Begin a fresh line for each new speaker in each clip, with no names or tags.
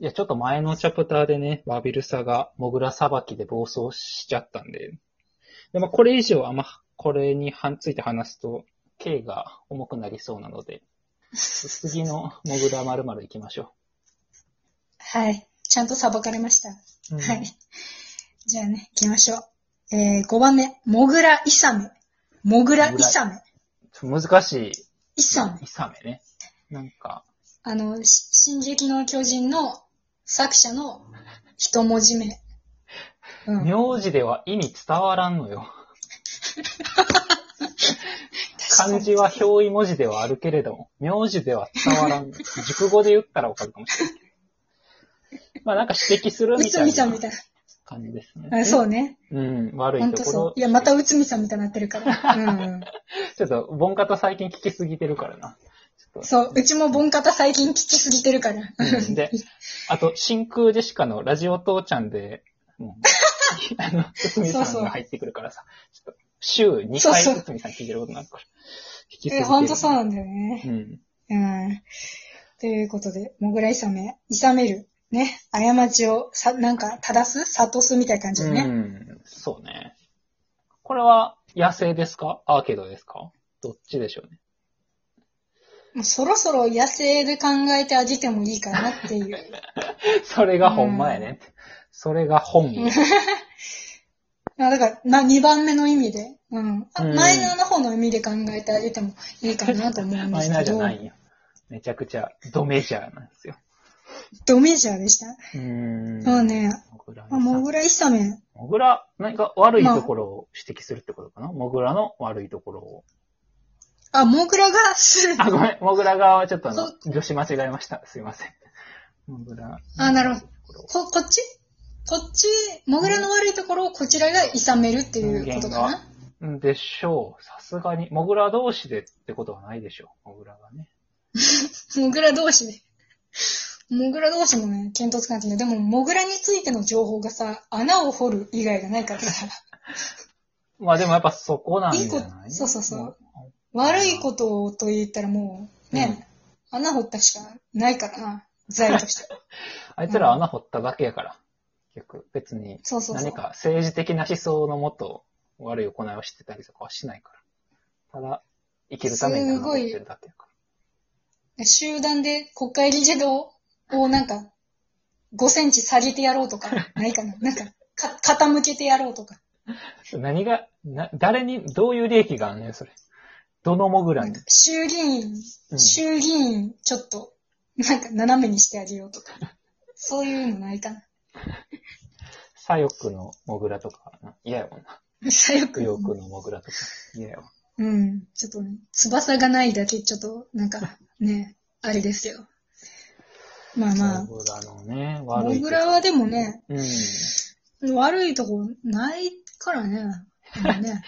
いや、ちょっと前のチャプターでね、バビルサがモグラ裁きで暴走しちゃったんで。で、まあ、これ以上あんま、これにはんついて話すと、刑が重くなりそうなので、次のモグラまる行きましょ
はい。ちゃんと裁かれました。
う。うん
はい。じゃあね、行きましょう。えー、5番目。モグライサメ。モグライサメ。
ちょ難しい。
イサメ。
イサメね。なんか、
あの、し進撃の巨人の作者の一文字目。うん。
名字では意味伝わらんの よ。漢字は表意文字ではあるけれども、名字では伝わらん。熟語で言ったらわかるかもしれないけど。まあなんか指摘する
う
み
つ
たい
みさんみ
な
たい
感じですね。
な。あそうね。
うん、悪
ほ
い
ん
と
と
こ
そう
ろ。。
いや、またうつみさんみたいになって るから。うん。
ちょっと、ボンカタ最近聞きすぎてるからな。ちょっと
そう、うちもボンカタ最近聞きすぎてるから。
うんで、あと、真空ジェシカのラジオ父ちゃんで、も うあの、つみ
そう
さ
そ
ん
う
が入ってくるからさ、ちょっと、週2
そうそ
回
う
つみさん聞いてることになるから。聞きすぎて
え、
る
ほんとそうなんだよね。
うん。
うん。ということで、モグライサメ、イサメる。ね。過ちを、さ、なんか、正す悟すみたいな感じだ
う
ね。
ん。そうね。これは、野生ですかアーケードですかどっちでしょうね。
もうそろそろ野生で考えてあげてもいいかなっていう。
それが本前ね。それが本意。
あだから、まあ、2番目の意味で。うん。あ
うん
マイナーの方の意味で考えてあげてもいいかなと思うんで
マイ
す
ナー
け
じゃ
ど。
ないよ。めちゃくちゃ、ドメジャーなんですよ。
ドメジャーでした。
うーん。
そうね。
モグラ
ま
さ
あ、
ん。
モグライサメ。
モグラ、何か悪いところを指摘するってことかな、モグラの悪いところを。
あ、モグラがする。
あ、ごめん。モグラ側はちょっとあの
そ、
女子間違えました。すいません。モグラ。
あなるほど
ど。
こ、こっちこっち、モグラの悪いところをこちらがいさめるっていうことかな
でしょう。さすがに。モグラ同士でってことはないでしょう。モグラがね。
モグラ同士で。モグラ同士もね、見当つかなくて、でも、モグラについての情報がさ、穴を掘る以外がないからさ、
まあでもやっぱそこなんじ
いい
ゃ
こ
ない
そうそうそう。
も
悪いことと言ったらもう、ね、穴掘ったしかないからな、財と して。
あいつら穴掘っただけやから。結局、別に
そうそうそう
何。か政治的な思想のもと悪い行いをしてたりとかはしないから。ただ、生きるために穴掘ってるだけやから。
集団で国会議事堂をなんか、5センチ下げてやろう とか、ないかな。なんか、か、傾けてやろうとか。
何が、な、誰に、どういう利益があんねん、それ。どのモグラ
なん
に
か。衆議院、
うん
衆議院、ちょっと、なんか斜めにしてあげようと か。そういうのないかな。
左翼のモグラとかな、嫌やもんな。
左翼
右翼のモグラとか、嫌やわ。
うん。ちょっとね、翼がないだけ、ちょっと、なんか、ね、あれですよ。まあまあ、
モグラのね、悪い。
モグラはでもね、
うん。
悪いとこないからね。でもね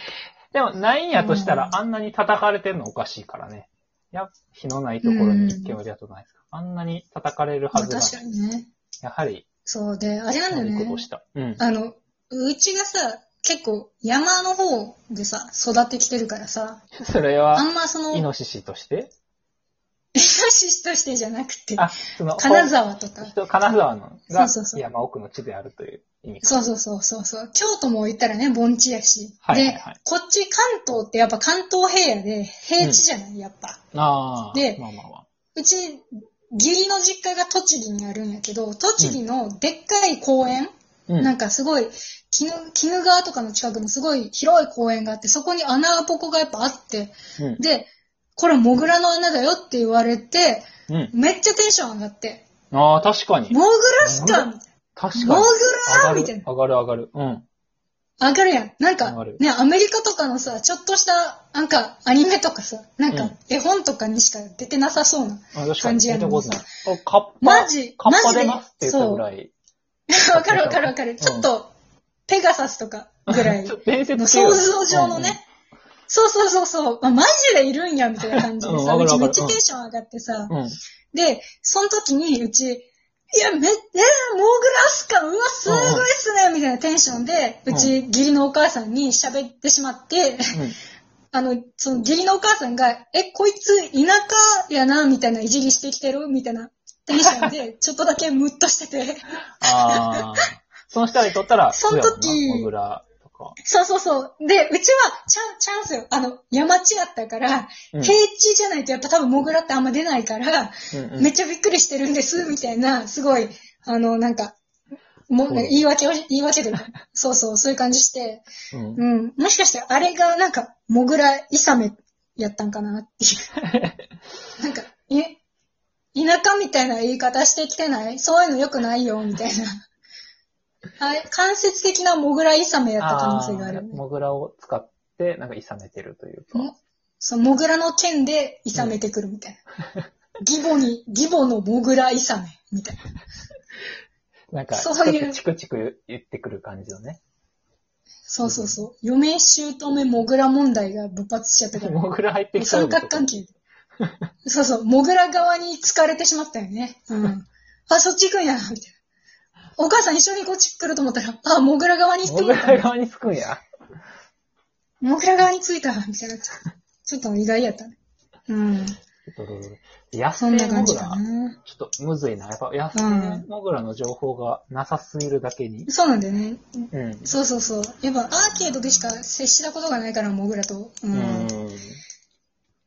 でも、ないんやとした
う
ら、
ん
あんなに叩かれてるのおかしいからね。いや、火のないところに一軒をじゃとないですか。あんなに叩かれる
ま
は
あ
ずがない
確かにね。
やはり、
そうで、あれなんだよ
悪いこと
ね
を。した。うん。
あの、うちがさ、結構山の方でさ、育ってきてるからさ、
それ
あ
は、
んまその、
イ
イ ノ
ノシシとして
シシとしてじゃなくて、
あ、その、
金沢とか、
人金沢のが
そうそうそう
山奥の地であるという意味か。
そうそうそうそうそう、京都も言ったらね、盆地やし、
はいはい
で
はい、
こっち関東ってやっぱ関東平野で平地じゃない、やっぱ。
ああ。
で
まあまあまあ。
うち、義理の実家が栃木にあるんやけど、栃木のでっかい公園、
うん
なんかすごい、鬼怒鬼怒川とかの近くのすごい広い公園があって、そこに穴ポコがやっぱあって、
うん
で、これモグラの穴だよって言われて、
うん。
めっちゃテンション上がって、
ああ、確かに。
モグラっすか
確
モ
か
グ
に。
ラ
上が
みたい
る、
な。
上がる、上がる。うん。
上がるやん。なんか
上がる、
ね、アメリカとかのさ、ちょっとした、なんか、アニメとかさ、なん
う
か
ん、
絵本とかにしか出てなさそうな。
あ確か
感
に。
じや
見
ね
たことない。お、カッパ、
マジ
カッ
マ
パ
ジで
出ますって言ったぐらい。
わかるわかるわかる。ちょっと、ペガサスとかぐら い
ちょ。っと伝説
の
系よ
想像上のね。、そうそうそうそう、あマジでいるんや、みたいな感じでさ、
うん
う
わか
ち
る
め
わかる
っちゃテンション上がってさ、
うん。うん
で、その時にうち、いや、め、えー、モグラスか、うわ、すごいっすね、みたいなテンションで、う
うん
ち、義理のお母さんに喋ってしまって、あの、その義理のお母さんが、え、こいつ田舎やな、みたいないじりしてきてるみたいなテンション で、ちょっとだけムッとしてて、
ああ。その人にとったら、
その時
そうやもんなモグラとか。
そうそうそう。で、うちはチャンチャンスよ。あの、山地だったから、
うん
平地じゃないとやっぱ多分モグラってあんま出ないから、
うんうん
めっちゃびっくりしてるんです、みたいな、すごい、あの、なんか、も
そう
言い訳を、言い訳で、そうそう、そういう感じして、
うん
うん。もしかしてあれがなんか、モグライサメやったんかなっていう。 なんか、え、田舎みたいな言い方してきてないそういうの良くないよ、み たいな。はい、間接的なモグライサメやった可能性があるよ
ー
ね。
モグラを使って、なんか、いさめてるというか。
もそのモグラの剣でイサめてくるみたいな。義母に、 義母のモグライサメみたいな。
なんか、
そういう
チクチク言ってくる感じのね。
そうそうそう。嫁姑モグラ問題が勃発しちゃったから。
モグラ入ってきた
三角関係。そうそう、モグラ側に疲れてしまったよね。うん。あ、そっち行くんや、みたいな。お母さん一緒にこっち来ると思ったら、あ、モグラ側に行っ
モ
て
グ
もらった
ラ側につくんや。
モグラ側に着いた、みたいな。ちょっと意外やったね。うん。
ちょっとどうぞ野
そ
生
んな感
モ
じ
グ
か
ラ。
な。
ちょっとむずいな。やっぱ野生モグラの情報がなさすぎるだけに。
そうなんだよね。
うん。
そうそうそう。やっぱアーケードでしか接したことがないから、モグラと。う。
うんん。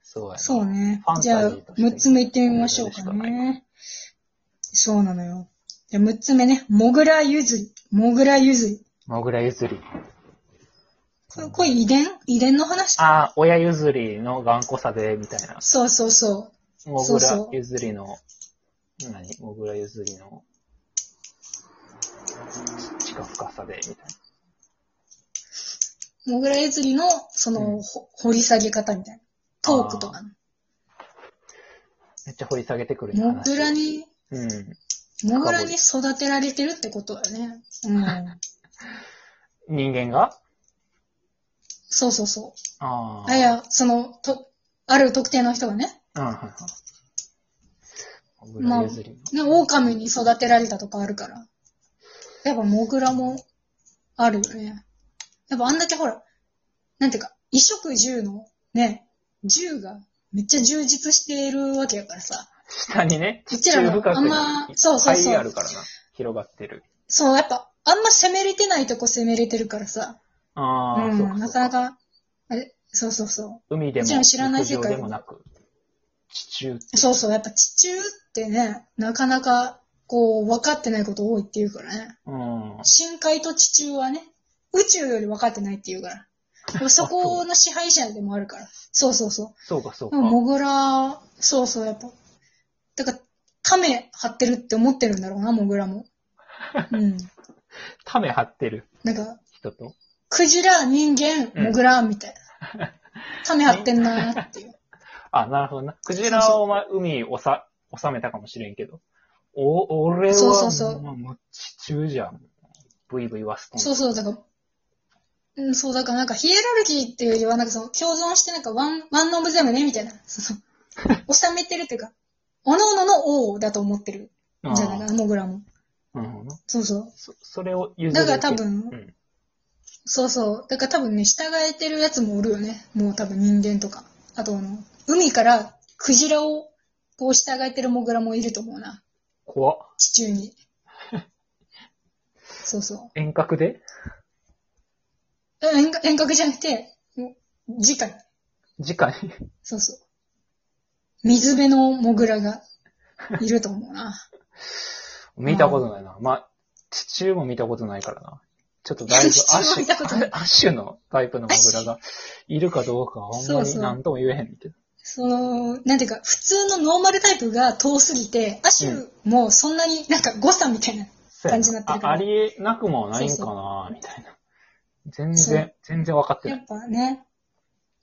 そうやな。
そうね
ファ。ンタジ
じゃあ
ーと、して
6つ目行ってみましょうか
モグラでしか
ね。そうなのよ。じゃあ、6つ目ね。モグラ譲り。モグラ譲り。
モグラ譲り。
これ、これ遺伝遺伝の話か
ああ、親譲りの頑固さで、みたいな。
そうそうそ
モ
そ
グ
うそ
ラ
う。
譲りの、何モグラ譲りの、地下深さで、みたいう
モグラ譲りの、その、
うん
ほ掘り下げ方みたいな。トークとかの。
な。めっちゃ掘り下げてくるね
モグラ。に、
話うん。
モグラに育てられてるってことだね。うん。
人間が
そうそうそう。
ああ。
あ、いや、その、と、ある特定の人がね。
うん、はいはい。モグラ譲り
ね、狼に育てられたとかあるから。やっぱモグラもあるよね。やっぱあんだけほら、なんていうか、衣食住のね、住がめっちゃ充実しているわけやからさ。
下にね、
うちらも
地中深くに
あんまそうそうそう
いっぱいあるからな。広がってる。
そう、やっぱあんま攻めれてないとこ攻めれてるからさ。
ああ、
う
そうか
ん、な
そ
か
う
な
か
か、あれ、そうそうそ
海でも、
うちの知らない世界
陸上でもなく、地中。
う。そうそう、やっぱ地中ってね、なかなかこう分かってないこと多いっていうからね。
うん。
深海と地中はね、宇宙より分かってないって言うから。そこの支配者でもあるから。そうそうそ
そうか、そう
う。
か。
でもモグラ、そうそう、やっぱ。だから、タメ張ってるって思ってるんだろうな、モグラも。うん。
ため張ってる
なんか、
人と。
クジラ、人間、
うん
モグラ、みたいな。タメ張ってんなーっていう。
あ、なるほどな。クジラはお前、海をさ、収めたかもしれんけど。お、俺は、
そうそうそう
ももう地中じゃん。ブイブイはストン。
そうそう、だから、うん、そう、だからなんかヒエラルキーっていうよりは、なんかその共存してなんかワン、ワンオブゼムね、みたいな。そうそう。収めてるっていうか、おのおのの王だと思ってる。
あー
じゃないかな、モグラも。
なるほどな。
そうそう。
そ、それを譲る。
だから多。分
う、ん。
そうそう。だから多分ね、従えてるやつもおるよね。もう多分人間とか。あとあの、海からクジラをこう従えてるモグラもいると思うな。
怖っ
地中 に。そうそ
遠隔で
う。え遠隔遠隔じゃなくて、もう直に。
直に。
そうそう。水辺のモグラがいると思 うな。
見たことないな。まあ、地中も見たことないからな。ちょっとだいぶ、アッ
地中も
シ
見たこと
ュ
ない、
アッシュのタイプのモグラがいるかどうかはほん
そ
ま
う
に
そう
何とも言えへんけど。
その、なんていうか、普通のノーマルタイプが遠すぎて、アシュもそんなになんか誤差みたいな
そうや
感じになってるから
あありえなくもないんか
そう
な、みたいな。全
そ
然
う、
全然分かって
や
ない。
っぱね、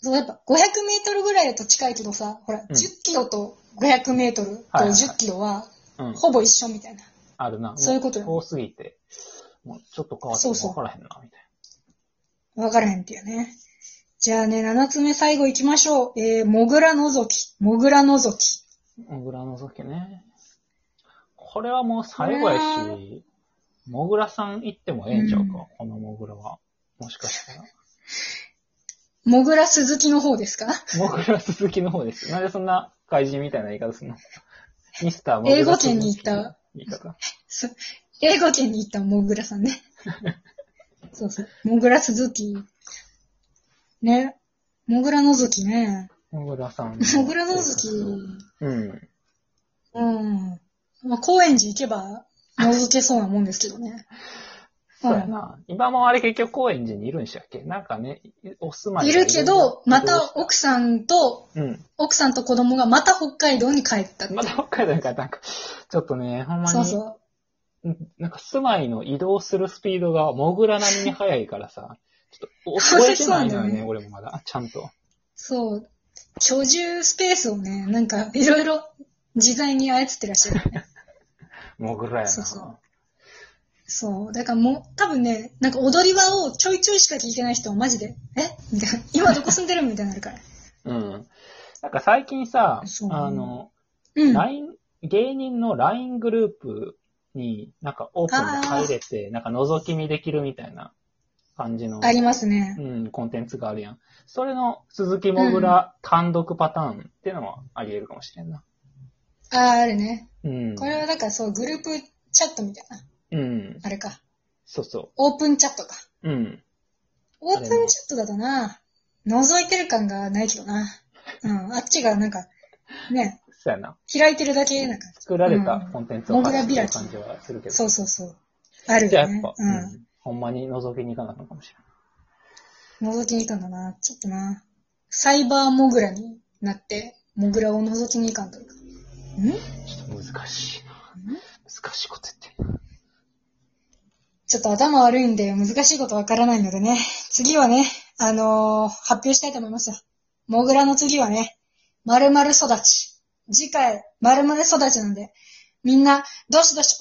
そう、やっぱ500メートルぐらいだと近いけどさ、ほら、
うん
10キロと500メートルと
はいはい
10キロは
うん。
ほぼ一緒みたいな。
あるな。
そういうことよ
多すぎて、もうちょっと変わっても分からへんな、みたい
わからへんっていうね。じゃあね、7つ目最後行きましょう。えー、モグラ覗き。モグラ覗き。
な。モグラの時ね。これはもう最後やし、モグラさん行ってもええんちゃうか、
うん
このモグラは。もしかしたら。
モグラ鈴木の方ですか
モグラ鈴木の方です。なんでそんな怪人みたいな言い方するのミスター
英語圏に行った
言い方。
そう英語圏に行ったモグラさ んね。そうそう。モグラ鈴木。ね。モグラのぞきね。
モグラさん。
モグラのぞき。
うん。
うん。まあ、高円寺行けば、覗けそうなもんですけどね。
そうやな。今もあれ結局高円寺にいるんでしたっけなんかね、お住まい
い
が
るけど、また
う
奥さんと、
ん。
奥さんと子供がまた北海道に帰ったって。
また北海道に帰ったなんか、ちょっとね、ほんまに。
そうそう。
うんなんか住まいの移動するスピードがモグラ並みに速いからさ、ちょっと覚えてないのよ
そうな
ね、
んだよね
俺もまだ、ちゃんと。
そう。居住スペースをね、なんか、いろいろ、自在に操ってらっしゃる。
モグラやな。
そうそうそう。だからもう、多分ね、なんか踊り場をちょいちょいしか聞いてない人はマジで、えみたいな。今どこ住んでるみたいにな るから。
うん。なんか最近さ
そ、う
あの、
うん。
ライン芸人の LINE グループになんかオープンで入れて、なんか覗き見できるみたいな感じの、
ありますね。
うん、コンテンツがあるやん。それの鈴木モグラ単独パターンっていうのはあり得るかもしれんな。
ああ、あるね。
うん。
これはなんかそう、グループチャットみたいな。
うん。
あれか。
そうそ
オープンチャットか。
う。うん。
オープンチャットだとな、覗いてる感がないけどな。うん。あっちがなんか、ね、
そうやな。
開いてるだけなんか。
作られたコンテンツを発してる感じはするけど。
そうそうそう。ある
じゃあ
よ
やっ
ね
ぱ。、
う
うんほんまに覗きに行かなあかんかもし
ん。覗きに行かんだな。ちょっとな。サイバーモグラになって、モグラを覗きに行かんというか。ん
れん。ちょっと難しいな。難しいこと言ってる。
ちょっと頭悪いんで難しいことわからないのでね。次はね、あのー発表したいと思いますよ。モグラの次はね、〇〇育ち。次回、〇〇育ちなんで、みんな、どしどし